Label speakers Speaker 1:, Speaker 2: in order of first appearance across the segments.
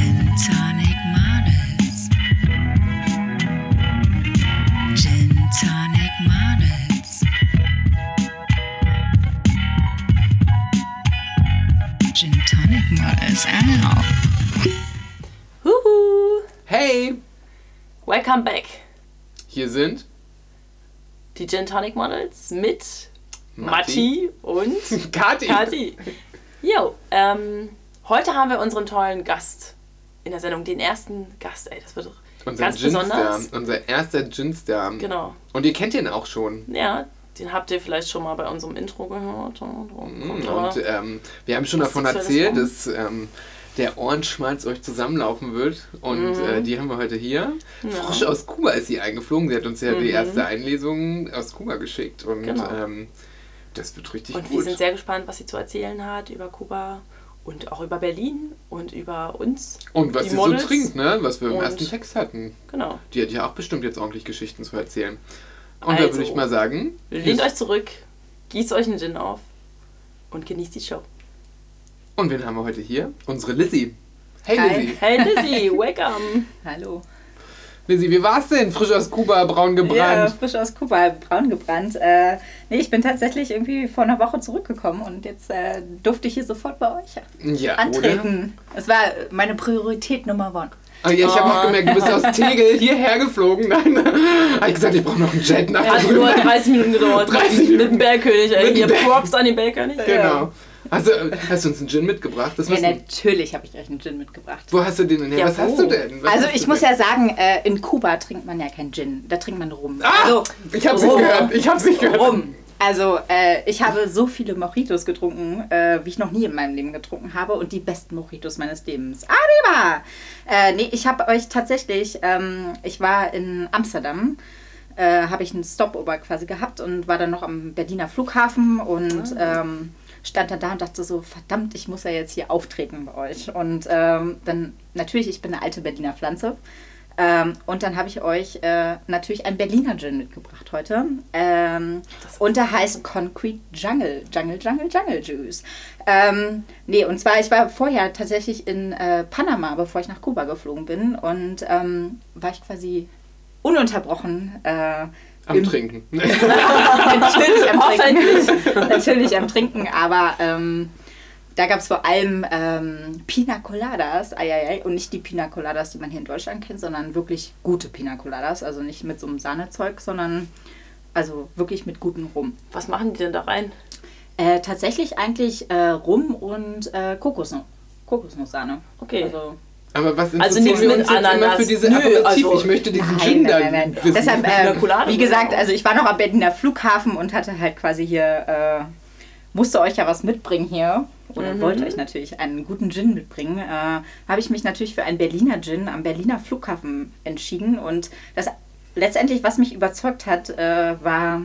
Speaker 1: Tonic Models. Gin Tonic Models. Gin Tonic Models. ah. Ow.
Speaker 2: Huhu!
Speaker 3: Hey,
Speaker 2: Welcome back!
Speaker 3: hier sind
Speaker 2: Die Gin Tonic Models mit Matti und
Speaker 3: Kati.
Speaker 2: Kati. Jo, ähm, heute haben wir unseren tollen Gast in der Sendung, den ersten Gast, ey, das wird
Speaker 3: Unser
Speaker 2: ganz
Speaker 3: Ginstar,
Speaker 2: besonders.
Speaker 3: unser erster Ginstar.
Speaker 2: Genau,
Speaker 3: Und ihr kennt ihn auch schon.
Speaker 2: ja, den habt ihr vielleicht schon mal bei unserem Intro gehört. Und, und,
Speaker 3: Mhm, Und ähm, wir haben schon
Speaker 2: Was
Speaker 3: davon
Speaker 2: ist das
Speaker 3: erzählt,
Speaker 2: denn?
Speaker 3: dass ähm, der Ohrenschmalz euch zusammenlaufen wird. Und
Speaker 2: Mhm.
Speaker 3: äh, die haben wir heute hier. Frisch aus Kuba ist sie eingeflogen. Sie hat uns ja die erste Einlesung aus Kuba geschickt. Und
Speaker 2: Mhm. Genau.
Speaker 3: ähm, das wird richtig
Speaker 2: und wir
Speaker 3: gut.
Speaker 2: sind sehr gespannt, was sie zu erzählen hat über Kuba und auch über Berlin und über uns.
Speaker 3: und was
Speaker 2: die
Speaker 3: sie
Speaker 2: Models.
Speaker 3: so trinkt, ne? was wir im
Speaker 2: Und-
Speaker 3: ersten Text hatten.
Speaker 2: Genau,
Speaker 3: Die hat ja auch bestimmt jetzt ordentlich Geschichten zu erzählen. Und da
Speaker 2: Also,
Speaker 3: würde ich mal sagen,
Speaker 2: lehnt
Speaker 3: tschüss.
Speaker 2: euch zurück, gießt euch einen Gin auf und genießt die Show.
Speaker 3: Und wen haben wir heute hier? Unsere Lizzie. Hey
Speaker 4: Hi.
Speaker 3: Lizzie.
Speaker 2: Hey Lizzie, welcome!
Speaker 4: Hallo.
Speaker 3: Lizzie, wie war's denn? Frisch aus Kuba, braun
Speaker 4: Ja,
Speaker 3: gebrannt.
Speaker 4: frisch aus Kuba, braun gebrannt. Äh, nee, ich bin tatsächlich irgendwie vor einer Woche zurückgekommen und jetzt äh, durfte ich hier sofort bei euch
Speaker 3: Ja, oder?
Speaker 4: antreten. Es war meine Priorität Nummer one.
Speaker 3: Ah, ja, ich habe auch
Speaker 2: Oh.
Speaker 3: gemerkt, du bist aus Tegel hierher geflogen. Nein, habe ich gesagt, ich brauche noch einen Jet nach
Speaker 2: Hat nur
Speaker 3: drüben.
Speaker 2: 30 Minuten gedauert.
Speaker 3: 30
Speaker 2: Mit
Speaker 3: Minuten.
Speaker 2: dem Bergkönig, ey.
Speaker 3: Mit
Speaker 2: Hier
Speaker 3: dem Berg-
Speaker 2: Props an den Bergkönig.
Speaker 3: Genau. Also, äh, hast du uns einen Gin mitgebracht? Das
Speaker 4: Ja,
Speaker 3: müssen,
Speaker 4: natürlich habe ich euch einen Gin mitgebracht.
Speaker 3: wo hast du den denn her?
Speaker 2: Ja,
Speaker 3: Was hast
Speaker 2: wo?
Speaker 3: du denn? Was
Speaker 4: Also
Speaker 3: hast
Speaker 4: ich
Speaker 3: du
Speaker 4: muss
Speaker 3: denn?
Speaker 4: ja sagen, äh, in Kuba trinkt man ja keinen Gin, da trinkt man Rum.
Speaker 3: Ah,
Speaker 4: also,
Speaker 3: ich hab's nicht
Speaker 4: Rum.
Speaker 3: gehört. Ich hab's nicht gehört.
Speaker 4: Rum. Also äh, ich habe so viele Mojitos getrunken, äh, wie ich noch nie in meinem Leben getrunken habe und die besten Mojitos meines Lebens. Arriba! Äh, nee, ich habe euch tatsächlich, ähm, ich war in Amsterdam, äh, habe ich einen Stopover quasi gehabt und war dann noch am Berliner Flughafen und ähm, stand dann da und dachte so, verdammt, ich muss ja jetzt hier auftreten bei euch. Und ähm, dann natürlich, ich bin eine alte Berliner Pflanze. Ähm, und dann habe ich euch äh, natürlich einen Berliner Gin mitgebracht heute. Ähm, und der heißt Concrete Jungle. Jungle, Jungle, Jungle Juice. Ähm, nee, und zwar, ich war vorher tatsächlich in äh, Panama, bevor ich nach Kuba geflogen bin. Und ähm, war ich quasi ununterbrochen äh,
Speaker 3: Am
Speaker 4: im-
Speaker 3: Trinken.
Speaker 4: natürlich am Trinken. natürlich am Trinken, aber ähm, da gab es vor allem ähm, Pina Coladas, ai, ai, ai, und nicht die Pina Coladas, die man hier in Deutschland kennt, sondern wirklich gute Pina Coladas, also nicht mit so einem Sahnezeug, sondern also wirklich mit gutem Rum.
Speaker 2: Was machen die denn da rein?
Speaker 4: Äh, tatsächlich eigentlich äh, Rum und äh, Kokosnuss. Kokosnusssahne.
Speaker 2: Okay.
Speaker 4: Also,
Speaker 3: Aber was
Speaker 2: Also
Speaker 3: interessieren
Speaker 2: nichts
Speaker 3: wir
Speaker 2: mit
Speaker 3: uns jetzt immer
Speaker 2: Ananas.
Speaker 3: für diese
Speaker 2: Nö,
Speaker 3: Aperitif?
Speaker 2: also-
Speaker 3: ich möchte diesen
Speaker 4: Nein,
Speaker 3: Gin dann
Speaker 4: nein, nein, nein.
Speaker 3: wissen.
Speaker 4: Deshalb,
Speaker 2: Pina Colada
Speaker 4: ähm, wie gesagt,
Speaker 2: genau.
Speaker 4: also ich war noch am Berliner Flughafen und hatte halt quasi hier, äh, musste euch ja was mitbringen hier. Oder
Speaker 3: Mhm.
Speaker 4: wollte euch natürlich einen guten Gin mitbringen. Äh, Habe ich mich natürlich für einen Berliner Gin am Berliner Flughafen entschieden. Und das letztendlich, was mich überzeugt hat, äh, war,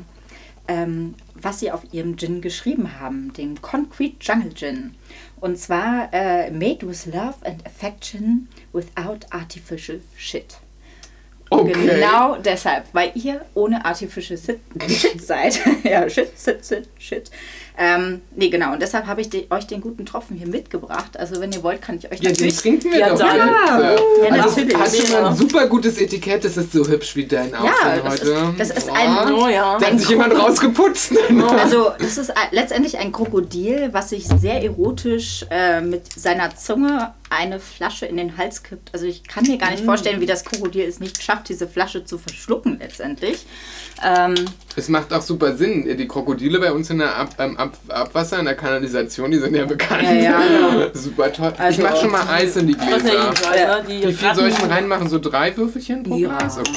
Speaker 4: ähm, was sie auf ihrem Gin geschrieben haben, dem Concrete Jungle Gin. Und zwar äh, made with love and affection without artificial shit.
Speaker 3: okay.
Speaker 4: Genau deshalb, weil ihr ohne Artificial Sit Shit seid. ja, Shit, Sit, Sit, Shit. Ähm, nee, genau. Und deshalb habe ich de euch den guten Tropfen hier mitgebracht. Also, wenn ihr wollt, kann ich euch
Speaker 3: Ja, den
Speaker 4: natürlich.
Speaker 3: trinken wir
Speaker 2: Ja,
Speaker 3: doch
Speaker 2: dann.
Speaker 3: jetzt.
Speaker 4: Ja,
Speaker 3: also,
Speaker 4: natürlich.
Speaker 3: hat jemand ein super gutes Etikett. Das ist so hübsch wie dein Aussehen
Speaker 4: ne? das ist-
Speaker 3: heute.
Speaker 4: das ist ein-
Speaker 2: Oh ja.
Speaker 3: Da hat
Speaker 4: ein
Speaker 3: sich jemand
Speaker 4: Kuchen.
Speaker 3: rausgeputzt.
Speaker 4: Also, das ist ein- letztendlich ein Krokodil, was sich sehr erotisch äh, mit seiner Zunge eine Flasche in den Hals kippt. Also, ich kann mir gar
Speaker 3: Mhm.
Speaker 4: nicht vorstellen, wie das Krokodil es nicht schafft, diese Flasche zu verschlucken, letztendlich. Ähm,
Speaker 3: es macht auch super Sinn. äh, Die Krokodile bei uns in der Ab beim Ab Abwasser, in der Kanalisation, die sind ja bekannt.
Speaker 4: Ja, ja, genau.
Speaker 3: Super toll.
Speaker 4: Also-
Speaker 3: ich mach schon mal Eis in die
Speaker 2: Das sind ja
Speaker 3: Gläser.
Speaker 2: die Gläser, die
Speaker 3: Wie viel soll ich denn
Speaker 2: Ratten-
Speaker 3: reinmachen? So drei Würfelchen pro
Speaker 4: Ja.
Speaker 3: Glas? Okay.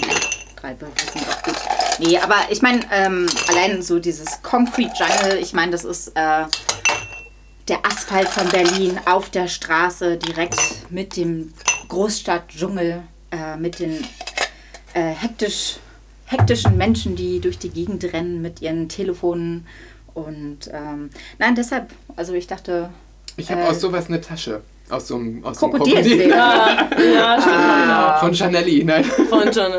Speaker 4: Drei Würfel sind doch gut. Nee, aber ich meine, ähm, allein so dieses Concrete Jungle, ich meine, das ist äh, der Asphalt von Berlin auf der Straße, direkt mit dem Großstadtdschungel, äh, mit den äh, hektisch, hektischen Menschen, die durch die Gegend rennen mit ihren Telefonen. Und ähm, nein, deshalb, also ich dachte,
Speaker 3: Ich habe
Speaker 4: Äh.
Speaker 3: aus sowas eine Tasche. Aus so einem, aus so einem
Speaker 4: Krokodil.
Speaker 3: Krokodil.
Speaker 2: Ja, stimmt.
Speaker 3: Von Chanelli. Nein.
Speaker 2: Von John.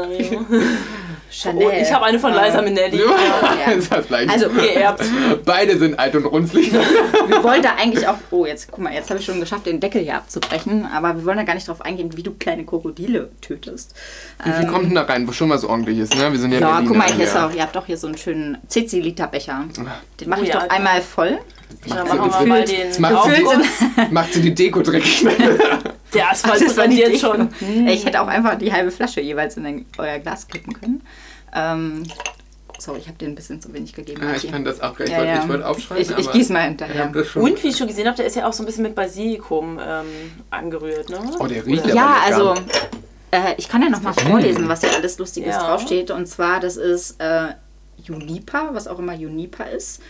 Speaker 4: Chanel.
Speaker 2: Oh, ich habe eine von
Speaker 3: Ah.
Speaker 2: Liza Minnelli
Speaker 3: ist das leicht.
Speaker 4: Also,
Speaker 2: geerbt.
Speaker 3: halt Beide sind alt und runzlig.
Speaker 4: Wir wollen da eigentlich auch. Oh, jetzt guck mal, jetzt habe ich schon geschafft, den Deckel hier abzubrechen. Aber wir wollen da gar nicht drauf eingehen, wie du kleine Krokodile tötest.
Speaker 3: Wie viel kommt denn da rein? Schon was ordentliches, ne? Wir sind ja
Speaker 4: Ja,
Speaker 3: Berliner
Speaker 4: guck mal, hier ist
Speaker 3: hier.
Speaker 4: auch, ihr habt doch hier so einen schönen CC-Liter-Becher. Den mache
Speaker 2: Oh
Speaker 4: ich
Speaker 2: ja,
Speaker 4: doch
Speaker 2: ja.
Speaker 4: einmal voll.
Speaker 2: Dann
Speaker 3: sie
Speaker 2: machen wir mal
Speaker 4: gefühlt-
Speaker 2: den
Speaker 3: macht sie,
Speaker 4: Gefühlt
Speaker 2: Aufguss.
Speaker 3: macht sie die Deko dreckig.
Speaker 2: Der Asphalt
Speaker 4: Das war die
Speaker 2: brennt jetzt
Speaker 4: Deko.
Speaker 2: schon.
Speaker 4: Ey, Ich hätte auch einfach die halbe Flasche jeweils in den, euer Glas kippen können. Ähm, sorry, ich habe dir ein bisschen zu wenig gegeben.
Speaker 3: ja,
Speaker 4: Matti.
Speaker 3: ich fand das auch geil. Ich
Speaker 4: Ja,
Speaker 3: wollte
Speaker 4: ja.
Speaker 3: ich wollte aufschreiben,
Speaker 4: Ich, ich
Speaker 3: aber
Speaker 4: gieß mal
Speaker 3: ich
Speaker 4: hinterher.
Speaker 3: hab das schon.
Speaker 2: Und wie ich schon gesehen habe, der ist ja auch so ein bisschen mit Basilikum ähm, angerührt, ne?
Speaker 3: Oh, der riecht
Speaker 4: Ja,
Speaker 3: aber Hm. lecker.
Speaker 4: also äh, ich kann ja noch mal vorlesen, was hier alles Lustiges
Speaker 2: Ja.
Speaker 4: draufsteht. Und zwar, das ist äh, Juniper, was auch immer Juniper ist.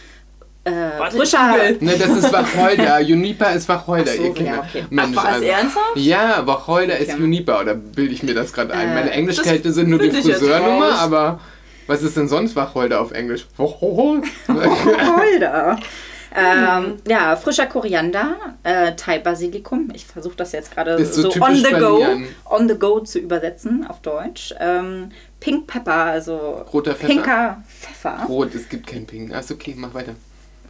Speaker 4: Äh,
Speaker 2: Warte,
Speaker 4: frischer.
Speaker 2: Google.
Speaker 3: Ne, das ist Wacholder. Juniper ist Wacholder,
Speaker 4: Ach so,
Speaker 3: ihr Kinder.
Speaker 4: ja, okay.
Speaker 3: Mensch, also-
Speaker 2: Ach, war es ernsthaft?
Speaker 3: Ja, Wacholder ist
Speaker 4: Okay. Äh,
Speaker 3: Juniper, oder bilde ich mir das gerade ein? Meine Englischkälte sind nur die
Speaker 2: finde ich jetzt
Speaker 3: Friseurnummer,
Speaker 2: raus.
Speaker 3: aber was ist denn sonst Wacholder auf Englisch? Wacholder?
Speaker 4: Holder. Ähm, ja, frischer Koriander, äh, Thai-Basilikum. Ich versuche das jetzt gerade
Speaker 3: Ist so
Speaker 4: so,
Speaker 3: typisch
Speaker 4: on the go,
Speaker 3: Balian.
Speaker 4: on the go zu übersetzen auf Deutsch. Ähm, Pink Pepper, also
Speaker 3: Roter Pfeffer?
Speaker 4: pinker Pfeffer.
Speaker 3: Rot, es gibt kein Ping. Achso, okay, mach weiter.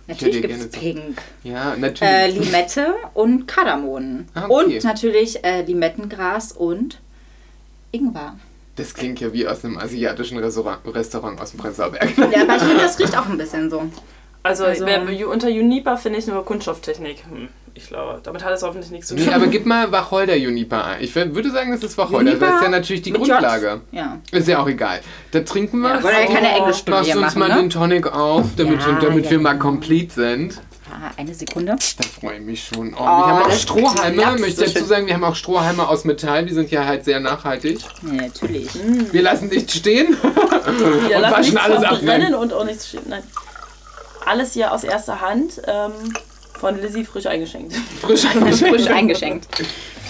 Speaker 4: Natürlich
Speaker 3: hätte
Speaker 4: gibt es
Speaker 3: gerne-
Speaker 4: Pink.
Speaker 3: Ja,
Speaker 4: äh,
Speaker 3: natürlich.
Speaker 4: Limette und Kardamom.
Speaker 3: Ah, okay.
Speaker 4: Und natürlich äh, Limettengras und Ingwer.
Speaker 3: das klingt ja wie aus einem asiatischen Restaurant, Restaurant aus dem Prenzlauer Berg.
Speaker 4: Ja, aber ich finde, das riecht auch ein bisschen so.
Speaker 2: Also,
Speaker 4: Also-
Speaker 2: wer- ju- unter Juniper finde ich nur Kunststofftechnik. Hm, ich glaube, damit hat es hoffentlich nichts zu tun.
Speaker 3: Nee, aber gib mal Wacholder Juniper ein. Ich wür- würde sagen, das ist Wacholder. das ist ja natürlich die
Speaker 4: mit J.
Speaker 3: Grundlage.
Speaker 4: Ja.
Speaker 3: Ist ja auch egal. Da trinken wir.
Speaker 4: Ja, wollen ja keine Englischstudie
Speaker 3: Machst du uns
Speaker 4: machen,
Speaker 3: mal
Speaker 4: ne?
Speaker 3: den Tonic auf, damit,
Speaker 4: Ja,
Speaker 3: damit
Speaker 4: ja,
Speaker 3: wir
Speaker 4: ja.
Speaker 3: mal complete sind.
Speaker 4: Ah, eine Sekunde.
Speaker 3: Da freue ich mich schon. Oh, wir haben auch
Speaker 4: das
Speaker 3: Strohhalme.
Speaker 4: klappt
Speaker 3: Ich möchte
Speaker 4: so
Speaker 3: dazu
Speaker 4: schön.
Speaker 3: sagen, wir haben auch Strohhalme aus Metall. Die sind ja halt sehr nachhaltig.
Speaker 4: Nee, natürlich.
Speaker 3: Wir lassen dich stehen.
Speaker 2: ja,
Speaker 3: und
Speaker 2: lass
Speaker 3: waschen
Speaker 2: nichts
Speaker 3: alles ab, ne?
Speaker 2: verbrennen
Speaker 3: nein.
Speaker 2: und auch nichts stehen. Nein. Alles hier aus erster Hand ähm, von Lizzie frisch eingeschenkt.
Speaker 4: Äh,
Speaker 3: Frisch eingeschenkt.
Speaker 4: Frisch eingeschenkt.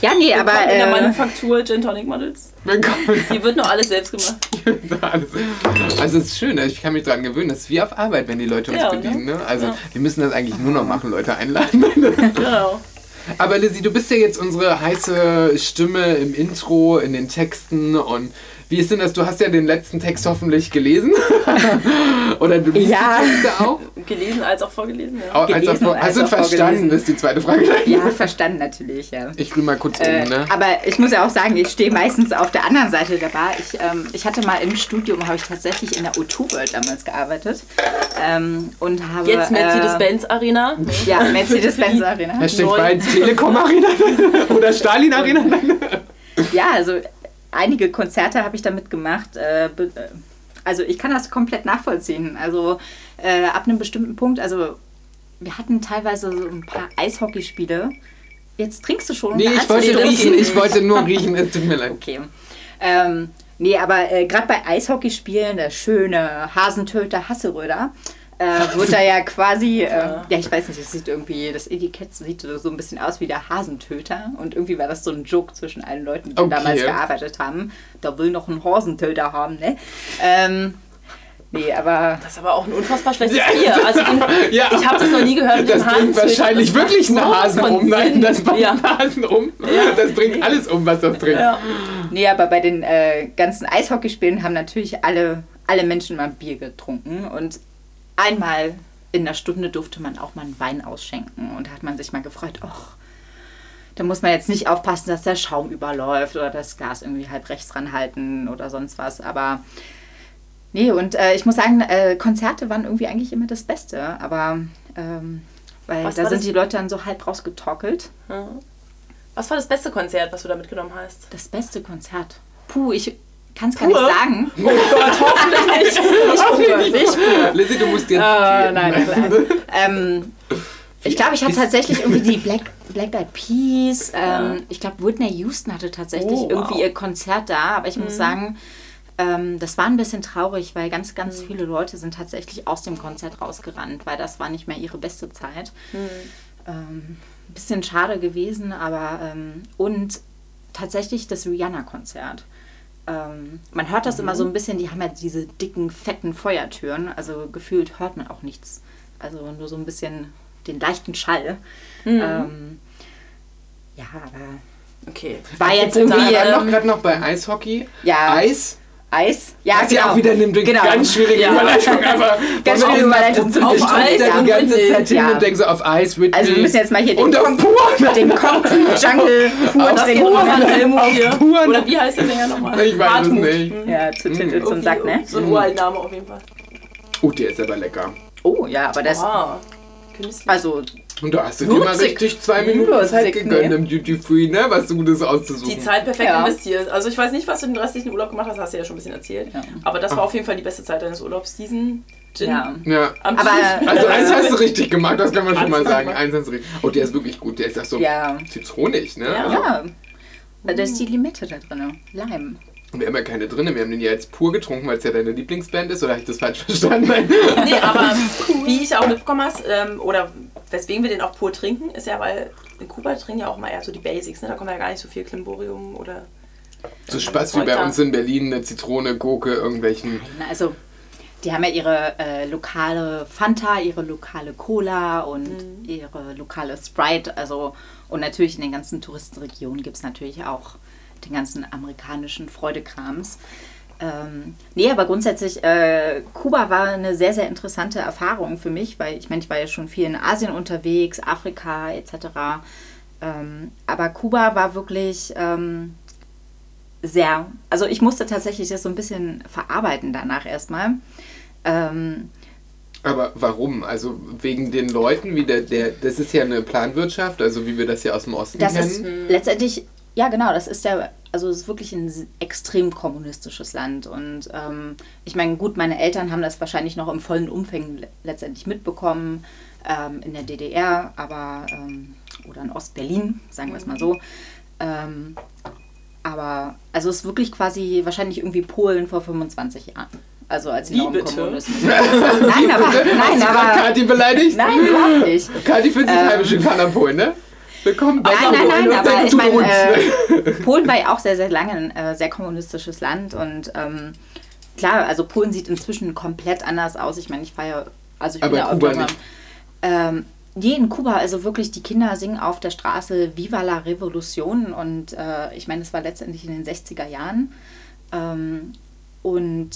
Speaker 4: Ja, nee, aber
Speaker 2: Kommt in der
Speaker 4: äh,
Speaker 2: Manufaktur Gin Tonic Models.
Speaker 3: Willkommen.
Speaker 2: Hier wird noch alles selbst gemacht.
Speaker 3: Alles. Also es ist schön, ich kann mich daran gewöhnen. Das ist wie auf Arbeit, wenn die Leute uns
Speaker 2: Ja, ne?
Speaker 3: bedienen. Ne? Also
Speaker 2: Ja.
Speaker 3: wir müssen das eigentlich nur noch machen, Leute einladen.
Speaker 2: Genau.
Speaker 3: Aber Lizzie, du bist ja jetzt unsere heiße Stimme im Intro, in den Texten und wie ist denn das? Du hast ja den letzten Text hoffentlich gelesen. Oder du liest
Speaker 4: Ja.
Speaker 3: die Texte auch?
Speaker 2: Gelesen als auch vorgelesen, ja.
Speaker 3: Auch als
Speaker 4: Gelesen
Speaker 3: auch vor-
Speaker 4: und
Speaker 3: hast
Speaker 4: als
Speaker 3: du ihn
Speaker 4: auch vorgelesen.
Speaker 3: verstanden, ist die zweite Frage.
Speaker 4: ja, verstanden natürlich, ja.
Speaker 3: Ich rühre mal kurz
Speaker 4: Äh,
Speaker 3: um, ne?
Speaker 4: Aber ich muss ja auch sagen, ich stehe meistens auf der anderen Seite der Bar. Ich, ähm, ich hatte mal im Studium, habe ich tatsächlich in der O2 World damals gearbeitet. Ähm, und habe,
Speaker 2: Jetzt Mercedes-Benz Arena.
Speaker 4: Äh, ja, Mercedes-Benz Arena.
Speaker 3: Hashtag
Speaker 2: Neu.
Speaker 3: bald Telekom Arena oder Stalin Arena.
Speaker 4: Ja, also einige Konzerte habe ich damit gemacht. Äh, be- äh, also ich kann das komplett nachvollziehen. Also äh, ab einem bestimmten Punkt, also wir hatten teilweise so ein paar Eishockeyspiele. Jetzt trinkst du schon.
Speaker 3: Nee,
Speaker 4: und
Speaker 3: ich
Speaker 4: hast
Speaker 3: wollte
Speaker 4: du die
Speaker 3: riechen,
Speaker 4: Lust.
Speaker 3: ich wollte nur riechen, es tut mir leid.
Speaker 4: Okay. Ähm, nee, aber äh, gerade bei Eishockeyspielen, der schöne Hasentöter Hasselröder, äh, wird da ja quasi, äh, ja, ich weiß nicht, das sieht irgendwie, das Etikett sieht so ein bisschen aus wie der Hasentöter und irgendwie war das so ein Joke zwischen allen Leuten, die
Speaker 3: Okay.
Speaker 4: damals gearbeitet haben. Da will noch einen Hasentöter haben, ne? Ähm, nee, aber
Speaker 2: Das ist aber auch ein unfassbar schlechtes
Speaker 3: Ja.
Speaker 2: Bier. Also den,
Speaker 3: Ja.
Speaker 2: Ich habe das noch nie gehört mit
Speaker 3: Das
Speaker 2: dem
Speaker 3: bringt
Speaker 2: Hasentöter.
Speaker 3: wahrscheinlich
Speaker 2: Das macht
Speaker 3: wirklich einen
Speaker 2: sowas
Speaker 3: Hasen
Speaker 2: von
Speaker 3: um. Nein,
Speaker 2: Sinn.
Speaker 3: das bringt
Speaker 2: Ja.
Speaker 3: einen Hasen um. Das bringt alles um, was das bringt.
Speaker 2: Ja.
Speaker 4: Nee, aber bei den äh, ganzen Eishockeyspielen haben natürlich alle, alle Menschen mal Bier getrunken. Und einmal in der Stunde durfte man auch mal einen Wein ausschenken. Und da hat man sich mal gefreut, ach, da muss man jetzt nicht aufpassen, dass der Schaum überläuft oder das Glas irgendwie halb rechts ranhalten oder sonst was. Aber nee, und äh, ich muss sagen, äh, Konzerte waren irgendwie eigentlich immer das Beste. Aber ähm, weil
Speaker 2: Was
Speaker 4: da
Speaker 2: war
Speaker 4: sind
Speaker 2: das?
Speaker 4: die Leute dann so halb rausgetockelt.
Speaker 2: Was war das beste Konzert, was du da mitgenommen hast?
Speaker 4: Das beste Konzert. Puh, ich kann es gar nicht sagen.
Speaker 3: Hoffentlich nicht. Lizzie, du musst jetzt.
Speaker 4: Äh,
Speaker 3: gehen.
Speaker 4: nein, nein. ähm, ich glaube, ich hatte tatsächlich irgendwie die Black, Black Eyed Peas. Ähm, Ich glaube, Whitney Houston hatte tatsächlich
Speaker 2: Oh, wow. Mhm.
Speaker 4: irgendwie ihr Konzert da. Aber ich muss sagen, ähm, das war ein bisschen traurig, weil ganz, ganz
Speaker 2: Mhm.
Speaker 4: viele Leute sind tatsächlich aus dem Konzert rausgerannt, weil das war nicht mehr ihre beste Zeit. Ähm, ein bisschen schade gewesen, aber ähm, und tatsächlich das Rihanna-Konzert. Ähm, man hört das
Speaker 3: Mhm.
Speaker 4: immer so ein bisschen, die haben ja diese dicken, fetten Feuertüren, also gefühlt hört man auch nichts. Also nur so ein bisschen den leichten Schall.
Speaker 3: Mhm.
Speaker 4: Ähm, ja, aber
Speaker 2: Okay.
Speaker 4: war jetzt
Speaker 2: Apropos
Speaker 4: irgendwie
Speaker 3: Wir waren
Speaker 2: Ähm,
Speaker 3: noch gerade noch bei Eishockey.
Speaker 4: Ja.
Speaker 3: Eis.
Speaker 4: Eis. Ja,
Speaker 3: Das ist
Speaker 4: genau.
Speaker 3: ja auch wieder eine
Speaker 4: Genau.
Speaker 3: ganz schwierige
Speaker 2: Ja.
Speaker 3: Überleitung, aber Wollen
Speaker 4: Ganz
Speaker 3: wir
Speaker 4: schwierige
Speaker 3: diesen
Speaker 4: Überleitung zum
Speaker 3: auf
Speaker 4: Gespräch
Speaker 3: Eis
Speaker 4: haben.
Speaker 3: die ganze Zeit hin
Speaker 4: Ja.
Speaker 3: und denken so auf Eis, Whitney.
Speaker 4: Also wir müssen jetzt mal hier den,
Speaker 3: Und auf
Speaker 4: Con-
Speaker 3: Pur.
Speaker 4: den Concrete Jungle pur
Speaker 2: Das geht
Speaker 4: trinken.
Speaker 2: nur an Helmut hier.
Speaker 3: Puren.
Speaker 2: Oder wie heißt der Sänger nochmal?
Speaker 3: Ich weiß
Speaker 2: Hartmut.
Speaker 3: es nicht.
Speaker 4: Ja, zu Titel
Speaker 3: Mhm.
Speaker 4: zum
Speaker 2: Irgendwie
Speaker 4: Sack, ne?
Speaker 2: So ein Uraltname auf jeden Fall.
Speaker 3: Oh, der ist aber lecker.
Speaker 4: Oh ja, aber das.
Speaker 2: Wow. Künstlich.
Speaker 4: Also,
Speaker 3: Und da hast du dir mal
Speaker 4: Nutzig.
Speaker 3: richtig zwei Minuten Zeit
Speaker 4: Nutzig,
Speaker 3: gegönnt
Speaker 4: nee.
Speaker 3: im Duty Free, ne? Was Gutes auszusuchen.
Speaker 2: die Zeit perfekt
Speaker 4: Ja.
Speaker 2: investiert. Also ich weiß nicht, was du den restlichen Urlaub gemacht hast, hast du ja schon ein bisschen erzählt.
Speaker 4: Ja.
Speaker 2: Aber das war auf jeden Fall die beste Zeit deines Urlaubs, diesen Gin.
Speaker 4: ja.
Speaker 3: Ja.
Speaker 2: Am
Speaker 4: Aber-
Speaker 2: Tief.
Speaker 3: Also eins hast du richtig gemacht, das kann man schon mal
Speaker 2: Eins hast du
Speaker 3: sagen.
Speaker 2: gemacht.
Speaker 3: Eins hast du richtig. Oh, der ist wirklich gut. Der ist auch so
Speaker 4: Ja.
Speaker 3: zitronig, ne?
Speaker 2: Ja.
Speaker 3: Also,
Speaker 4: Ja. Da ist die Limette da drin. Lime.
Speaker 3: Wir haben ja keine drin, wir haben den ja jetzt pur getrunken, weil es ja deine Lieblingsband ist, oder habe ich das falsch verstanden? Nein.
Speaker 2: Nee, aber wie ich auch mitbekommen hast, ähm, oder weswegen wir den auch pur trinken, ist ja, weil in Kuba trinken ja auch mal eher so die Basics. Ne? Da kommen ja gar nicht so viel Klimborium oder...
Speaker 3: So Spaß wie bei
Speaker 2: Kräuter.
Speaker 3: uns in Berlin, eine Zitrone, Gurke, irgendwelchen.
Speaker 4: Na, also, die haben ja ihre äh, lokale Fanta, ihre lokale Cola und ihre lokale Sprite. Also, und natürlich in den ganzen Touristenregionen gibt es natürlich auch den ganzen amerikanischen Freudekrams. Ähm, nee, aber grundsätzlich, äh, Kuba war eine sehr, sehr interessante Erfahrung für mich, weil ich meine, ich war ja schon viel in Asien unterwegs, Afrika etc. Ähm, aber Kuba war wirklich. Ähm, sehr. Also ich musste tatsächlich das so ein bisschen verarbeiten danach erstmal. Ähm,
Speaker 3: Aber warum? Also wegen den Leuten, wie der, der, das ist ja eine Planwirtschaft, also wie wir das ja aus dem Osten
Speaker 4: das ist
Speaker 3: kennen.
Speaker 4: letztendlich, ja genau, das ist ja, also es ist wirklich ein s- extrem kommunistisches Land. Und ähm, ich meine, gut, meine Eltern haben das wahrscheinlich noch im vollen Umfang le- letztendlich mitbekommen ähm, in der DDR, aber ähm, oder in Ostberlin, sagen wir es mal so. Ähm, aber also es ist wirklich quasi wahrscheinlich irgendwie Polen vor 25 Jahren. Also als
Speaker 2: Wie bitte?
Speaker 4: Normkommunismus. Nein, aber,
Speaker 3: Hat
Speaker 4: nein, aber
Speaker 3: Kathi beleidigt?
Speaker 4: Nein, überhaupt nicht.
Speaker 3: Kathi fühlt sich
Speaker 4: Ähm.
Speaker 3: heimisch in Kanapol, ne? Willkommen bei
Speaker 4: Nein, nein, nein,
Speaker 3: Kanapol.
Speaker 4: aber ich
Speaker 3: Du
Speaker 4: meine,
Speaker 3: uns, ne?
Speaker 4: äh, Polen war ja auch sehr, sehr lange ein äh, sehr kommunistisches Land und ähm, klar, also Polen sieht inzwischen komplett anders aus. Ich meine, ich feiere, also ich
Speaker 3: Aber
Speaker 4: bin ja
Speaker 3: Kuba
Speaker 4: aufgekommen.
Speaker 3: nicht.
Speaker 4: Ähm, Nee, in Kuba, also wirklich, die Kinder singen auf der Straße Viva la Revolution und äh, ich meine, es war letztendlich in den 60er Jahren. Ähm, und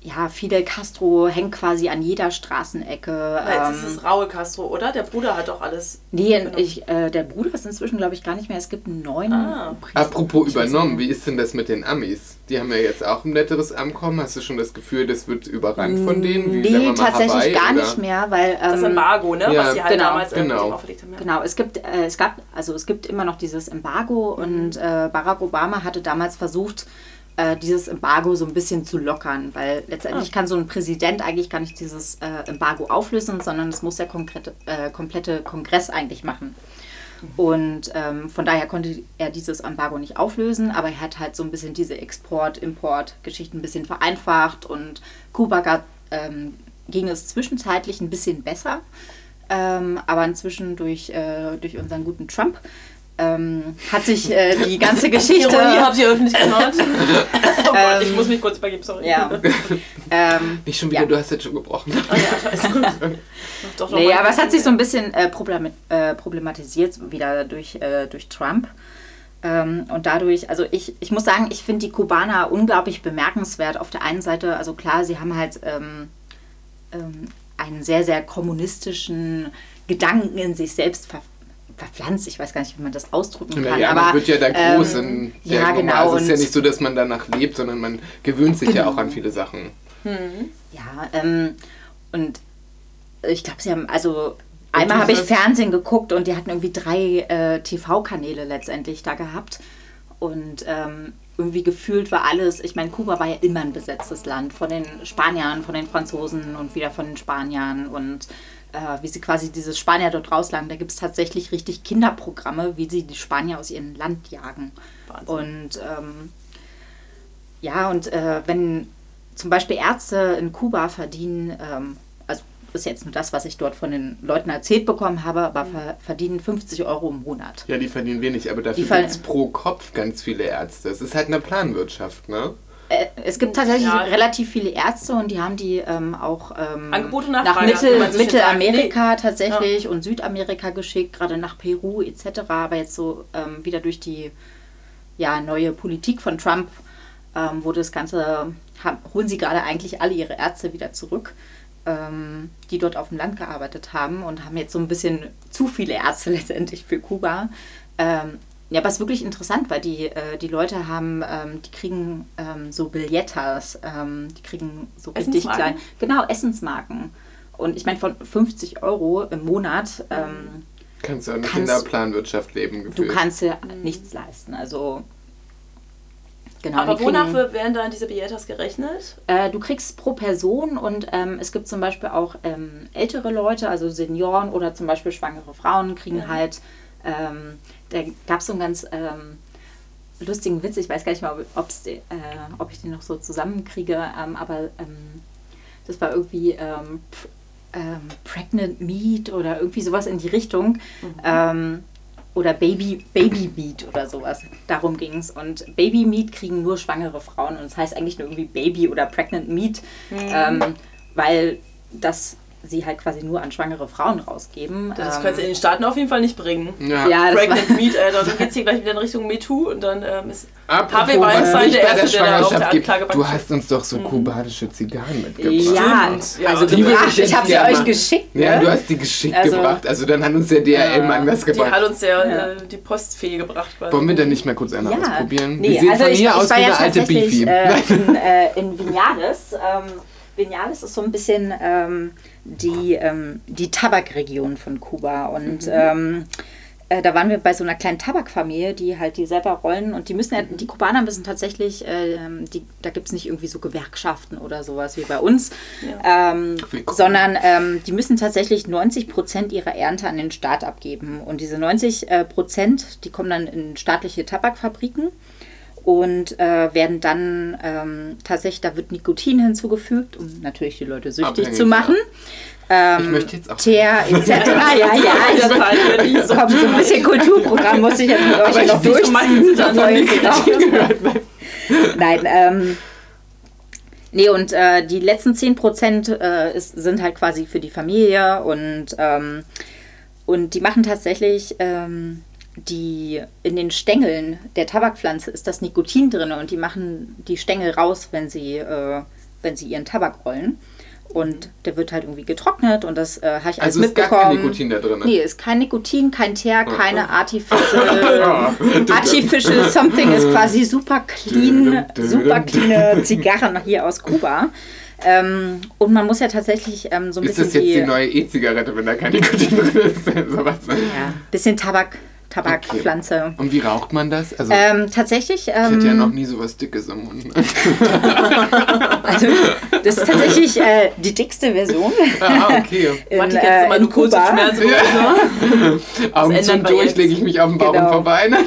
Speaker 4: ja, Fidel Castro hängt quasi an jeder Straßenecke.
Speaker 2: Na, jetzt
Speaker 4: ähm,
Speaker 2: ist es raue Castro, oder? Der Bruder hat doch alles...
Speaker 4: Nee,
Speaker 2: Genau.
Speaker 4: ich, äh, der Bruder ist inzwischen, glaube ich, gar nicht mehr. Es gibt einen neuen.
Speaker 2: Ah.
Speaker 4: Priester.
Speaker 3: Apropos
Speaker 4: Ich weiß
Speaker 3: übernommen,
Speaker 4: nicht
Speaker 3: wie ist denn das mit den Amis? Die haben ja jetzt auch ein netteres Ankommen. Hast du schon das Gefühl, das wird überrannt von denen? Wie, sagen wir
Speaker 4: mehr. Nee,
Speaker 3: mal,
Speaker 4: tatsächlich
Speaker 3: Hawaii,
Speaker 4: gar
Speaker 3: oder?
Speaker 4: nicht mehr, weil.
Speaker 2: Das
Speaker 4: Ähm,
Speaker 2: Embargo, ne?
Speaker 3: ja,
Speaker 2: was sie halt
Speaker 4: genau,
Speaker 2: damals irgendwie
Speaker 3: genau.
Speaker 2: auferlegt haben. Ja.
Speaker 4: Genau, es gibt, äh, es gab, also es gibt immer noch dieses Embargo
Speaker 2: Mhm.
Speaker 4: und äh, Barack Obama hatte damals versucht, äh, dieses Embargo so ein bisschen zu lockern, weil
Speaker 2: Ah.
Speaker 4: letztendlich kann so ein Präsident eigentlich gar nicht dieses äh, Embargo auflösen, sondern das muss der konkrete, äh, komplette Kongress eigentlich machen. Und ähm, von daher konnte er dieses Embargo nicht auflösen, aber er hat halt so ein bisschen diese Export-Import-Geschichten ein bisschen vereinfacht und Kuba gab, ähm, ging es zwischenzeitlich ein bisschen besser, ähm, aber inzwischen durch, äh, durch unseren guten Trump ähm, hat sich äh, die ganze Geschichte...
Speaker 2: Ironie habt ihr öffentlich gemacht. oh Gott, ich muss mich kurz übergeben, sorry.
Speaker 4: Ähm, Ja. ähm,
Speaker 3: Nicht schon wieder,
Speaker 4: Ja.
Speaker 3: du hast jetzt schon gebrochen.
Speaker 2: Oh, ja, scheiße. doch, doch,
Speaker 4: nee,
Speaker 2: meine
Speaker 4: aber es hat sich
Speaker 2: Kinder.
Speaker 4: so ein bisschen äh, problemi- äh, problematisiert, wieder durch, äh, durch Trump. Ähm, und dadurch, also ich, ich muss sagen, ich finde die Kubaner unglaublich bemerkenswert. Auf der einen Seite, also klar, sie haben halt ähm, ähm, einen sehr, sehr kommunistischen Gedanken in sich selbst ver verpflanzt. Ich weiß gar nicht, wie man das ausdrücken kann.
Speaker 3: Naja,
Speaker 4: aber
Speaker 3: man wird ja da
Speaker 4: ähm,
Speaker 3: groß in der
Speaker 4: ja,
Speaker 3: Nummer.
Speaker 4: genau.
Speaker 3: Also es ist ja
Speaker 4: und-
Speaker 3: nicht so, dass man danach lebt, sondern man gewöhnt sich ja
Speaker 4: Genau.
Speaker 3: auch an viele Sachen.
Speaker 4: Ja, ähm, und ich glaube, sie haben, also einmal
Speaker 3: du
Speaker 4: habe ich
Speaker 3: sagst-
Speaker 4: Fernsehen geguckt und die hatten irgendwie drei äh, TV-Kanäle letztendlich da gehabt. Und ähm, irgendwie gefühlt war alles, ich meine, Kuba war ja immer ein besetztes Land von den Spaniern, von den Franzosen und wieder von den Spaniern und äh, wie sie quasi dieses Spanier dort rauslagen, da gibt es tatsächlich richtig Kinderprogramme, wie sie die Spanier aus ihrem Land jagen. Und ähm, ja, und äh, wenn zum Beispiel Ärzte in Kuba verdienen, ähm, also ist jetzt nur das, was ich dort von den Leuten erzählt bekommen habe, aber
Speaker 2: Mhm.
Speaker 4: ver verdienen 50 Euro im Monat.
Speaker 3: Ja, die verdienen wenig, aber dafür
Speaker 4: Die ver-
Speaker 3: gibt es pro Kopf ganz viele Ärzte. Es ist halt eine Planwirtschaft, ne?
Speaker 4: Äh, es gibt tatsächlich
Speaker 2: Ja.
Speaker 4: relativ viele Ärzte und die haben die ähm, auch ähm,
Speaker 2: Angebot und
Speaker 4: nach
Speaker 2: Nachfrage,
Speaker 4: Mittel,
Speaker 2: wie man so schön
Speaker 4: Mittelamerika tatsächlich und Südamerika geschickt, gerade nach Peru etc. Aber jetzt so ähm, wieder durch die ja, neue Politik von Trump ähm, wo das Ganze, haben, holen sie gerade eigentlich alle ihre Ärzte wieder zurück, ähm, die dort auf dem Land gearbeitet haben und haben jetzt so ein bisschen zu viele Ärzte letztendlich für Kuba. Ähm, ja, aber es ist wirklich interessant, weil die, äh, die Leute haben, ähm, die kriegen ähm, so Billetas, ähm, die kriegen so richtig
Speaker 2: Essensmarken?
Speaker 4: klein. Genau, Essensmarken. Und ich meine, von 50 Euro im Monat ähm,
Speaker 3: Kannst du in der
Speaker 4: Kannst-
Speaker 3: Kinderplanwirtschaft leben
Speaker 4: Du
Speaker 3: gefühlt.
Speaker 4: kannst ja
Speaker 2: Mhm.
Speaker 4: nichts leisten. Also genau.
Speaker 2: Aber
Speaker 4: die
Speaker 2: wonach
Speaker 4: kriegen-
Speaker 2: wir- werden da diese Billetas gerechnet?
Speaker 4: äh, du kriegst pro Person und ähm, es gibt zum Beispiel auch ähm, ältere Leute, also Senioren oder zum Beispiel schwangere Frauen kriegen
Speaker 2: Mhm.
Speaker 4: halt. Ähm, da gab es so einen ganz ähm, lustigen Witz. Ich weiß gar nicht mal, ob, ob's, de- äh, ob ich den noch so zusammenkriege, ähm, aber ähm, das war irgendwie ähm, pf- ähm, Pregnant Meat oder irgendwie sowas in die Richtung.
Speaker 2: Mhm.
Speaker 4: Ähm, oder Baby, Baby Meat oder sowas. Darum ging es. Und Baby Meat kriegen nur schwangere Frauen. Und es heißt eigentlich nur irgendwie Baby oder Pregnant Meat,
Speaker 2: Mhm.
Speaker 4: ähm, weil das sie halt quasi nur an schwangere Frauen rausgeben.
Speaker 2: Das
Speaker 4: ähm,
Speaker 2: könntest du in den Staaten auf jeden Fall nicht bringen.
Speaker 3: Ja.
Speaker 4: ja, das war,
Speaker 2: Pregnant Meat, Alter. Dann geht's hier gleich wieder in Richtung MeToo und dann ähm, ist
Speaker 3: Apropos,
Speaker 2: Harvey
Speaker 3: was
Speaker 2: Weinstein
Speaker 3: nicht
Speaker 2: der
Speaker 3: bei der
Speaker 2: Erste, der da auf der
Speaker 3: Schwangerschaft gibt.
Speaker 2: Anklagebank
Speaker 3: Du hast uns doch so kubanische Zigarren mitgebracht.
Speaker 4: Mhm. ja,
Speaker 2: Stimmt, ja.
Speaker 4: also
Speaker 2: Die
Speaker 3: würde ich
Speaker 4: gebracht.
Speaker 3: jetzt
Speaker 4: Ich habe sie
Speaker 3: gerne
Speaker 4: euch
Speaker 3: mal-
Speaker 4: geschickt. Ne?
Speaker 3: Ja, du hast die geschickt
Speaker 4: Also-
Speaker 3: gebracht. Also dann hat uns der DRL mal was
Speaker 2: Die hat
Speaker 3: gebracht.
Speaker 2: uns ja,
Speaker 4: Ja.
Speaker 2: Äh, die Postfee gebracht. quasi.
Speaker 3: Wollen wir denn nicht mal kurz einmal
Speaker 4: Ja.
Speaker 3: ausprobieren? wir
Speaker 4: Nee,
Speaker 3: sehen
Speaker 4: also
Speaker 3: von
Speaker 4: ich,
Speaker 3: hier
Speaker 4: ich
Speaker 3: aus wie
Speaker 4: war ja
Speaker 3: eine alte
Speaker 4: tatsächlich
Speaker 3: Beefy.
Speaker 4: äh, in, äh, in Vinales. Ähm, Vinales ist so ein bisschen ähm, die, ähm, die Tabakregion von Kuba. Und ähm, äh, da waren wir bei so einer kleinen Tabakfamilie, die halt die selber rollen. Und die müssen ja, die Kubaner müssen tatsächlich, ähm, die, da gibt es nicht irgendwie so Gewerkschaften oder sowas wie bei uns, ähm,
Speaker 3: Willkommen.
Speaker 4: sondern ähm, die müssen tatsächlich 90 Prozent ihrer Ernte an den Staat abgeben. Und diese 90 äh, Prozent, die kommen dann in staatliche Tabakfabriken und äh, werden dann ähm, tatsächlich, da wird Nikotin hinzugefügt, um natürlich die Leute süchtig
Speaker 3: Abhängig,
Speaker 4: zu machen. Ähm,
Speaker 3: Ich möchte jetzt auch-
Speaker 4: Teer etc. ja, ja,
Speaker 2: In der
Speaker 4: ja.
Speaker 2: Zeit, wenn ich
Speaker 4: So
Speaker 2: so
Speaker 4: kommt so ein bisschen Kulturprogramm, muss ich jetzt mit euch noch
Speaker 2: sehe
Speaker 3: um
Speaker 2: schon, Martin
Speaker 4: durchziehen.
Speaker 2: sitzt am
Speaker 4: Voll,
Speaker 2: Nikotin.
Speaker 4: genau. Nein, ähm. Nee, und äh, die letzten 10 Prozent äh, ist, sind halt quasi für die Familie und, ähm, und die machen tatsächlich ähm, die in den Stängeln der Tabakpflanze ist das Nikotin drin und die machen die Stängel raus, wenn sie, äh, wenn sie ihren Tabak rollen. Und der wird halt irgendwie getrocknet und das äh, habe ich alles
Speaker 3: Mhm. Also ist gar
Speaker 4: mitbekommen.
Speaker 3: kein Nikotin da drin.
Speaker 4: Nee, ist kein Nikotin, kein Teer, keine
Speaker 3: Ah,
Speaker 4: Artificial. Artificial Something ist quasi super clean, super clean Zigarren hier aus Kuba. Ähm, und man muss ja tatsächlich ähm, so ein
Speaker 3: Ist
Speaker 4: bisschen
Speaker 3: das jetzt
Speaker 4: die,
Speaker 3: die neue E-Zigarette, wenn da kein Nikotin drin ist? Sowas.
Speaker 4: ja, bisschen Tabak, Tabakpflanze.
Speaker 3: Und wie raucht man das? Also
Speaker 4: Ähm, tatsächlich,
Speaker 3: ich
Speaker 4: ähm,
Speaker 3: hätte ja noch nie sowas Dickes im Mund.
Speaker 4: also, das ist tatsächlich äh, die dickste Version.
Speaker 3: ah, okay.
Speaker 4: In,
Speaker 2: Warte, ich
Speaker 4: äh,
Speaker 2: jetzt mal
Speaker 4: in
Speaker 2: nur kurz
Speaker 4: Kuba.
Speaker 2: Schmerzen. oder
Speaker 3: Augen zu
Speaker 2: ändern
Speaker 3: und
Speaker 2: wir
Speaker 3: durch
Speaker 2: jetzt.
Speaker 3: lege ich mich auf den Bauch und
Speaker 4: Genau.
Speaker 3: vorbei.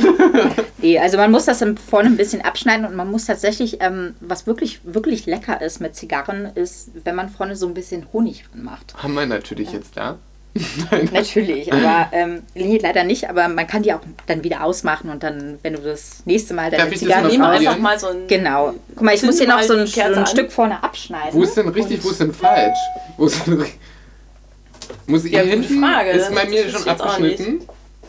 Speaker 4: Nee, also man muss das im- vorne ein bisschen abschneiden und man muss tatsächlich, ähm, was wirklich, wirklich lecker ist mit Zigarren, ist, wenn man vorne so ein bisschen Honig ranmacht.
Speaker 3: Haben wir natürlich jetzt da.
Speaker 4: Natürlich, aber ähm, nee, leider nicht, aber man kann die auch dann wieder ausmachen und dann, wenn du das nächste Mal
Speaker 3: Darf
Speaker 4: deine
Speaker 3: ich das
Speaker 2: so.
Speaker 4: Zigarren
Speaker 3: noch
Speaker 2: Nehmen wir
Speaker 3: Pauli.
Speaker 2: einfach mal so ein.
Speaker 4: Genau. Guck mal, ich muss hier noch so ein,
Speaker 2: Zünden wir mal die
Speaker 4: so ein
Speaker 2: Kerze
Speaker 4: Stück vorne abschneiden.
Speaker 3: Wo ist denn richtig, wo ist denn falsch? Wo ist denn ri- Muss ich
Speaker 2: Ja,
Speaker 3: hier
Speaker 2: gute
Speaker 3: hinten?
Speaker 2: Frage.
Speaker 3: Ist bei mir
Speaker 2: Das
Speaker 3: schon
Speaker 2: ist jetzt auch
Speaker 3: abgeschnitten.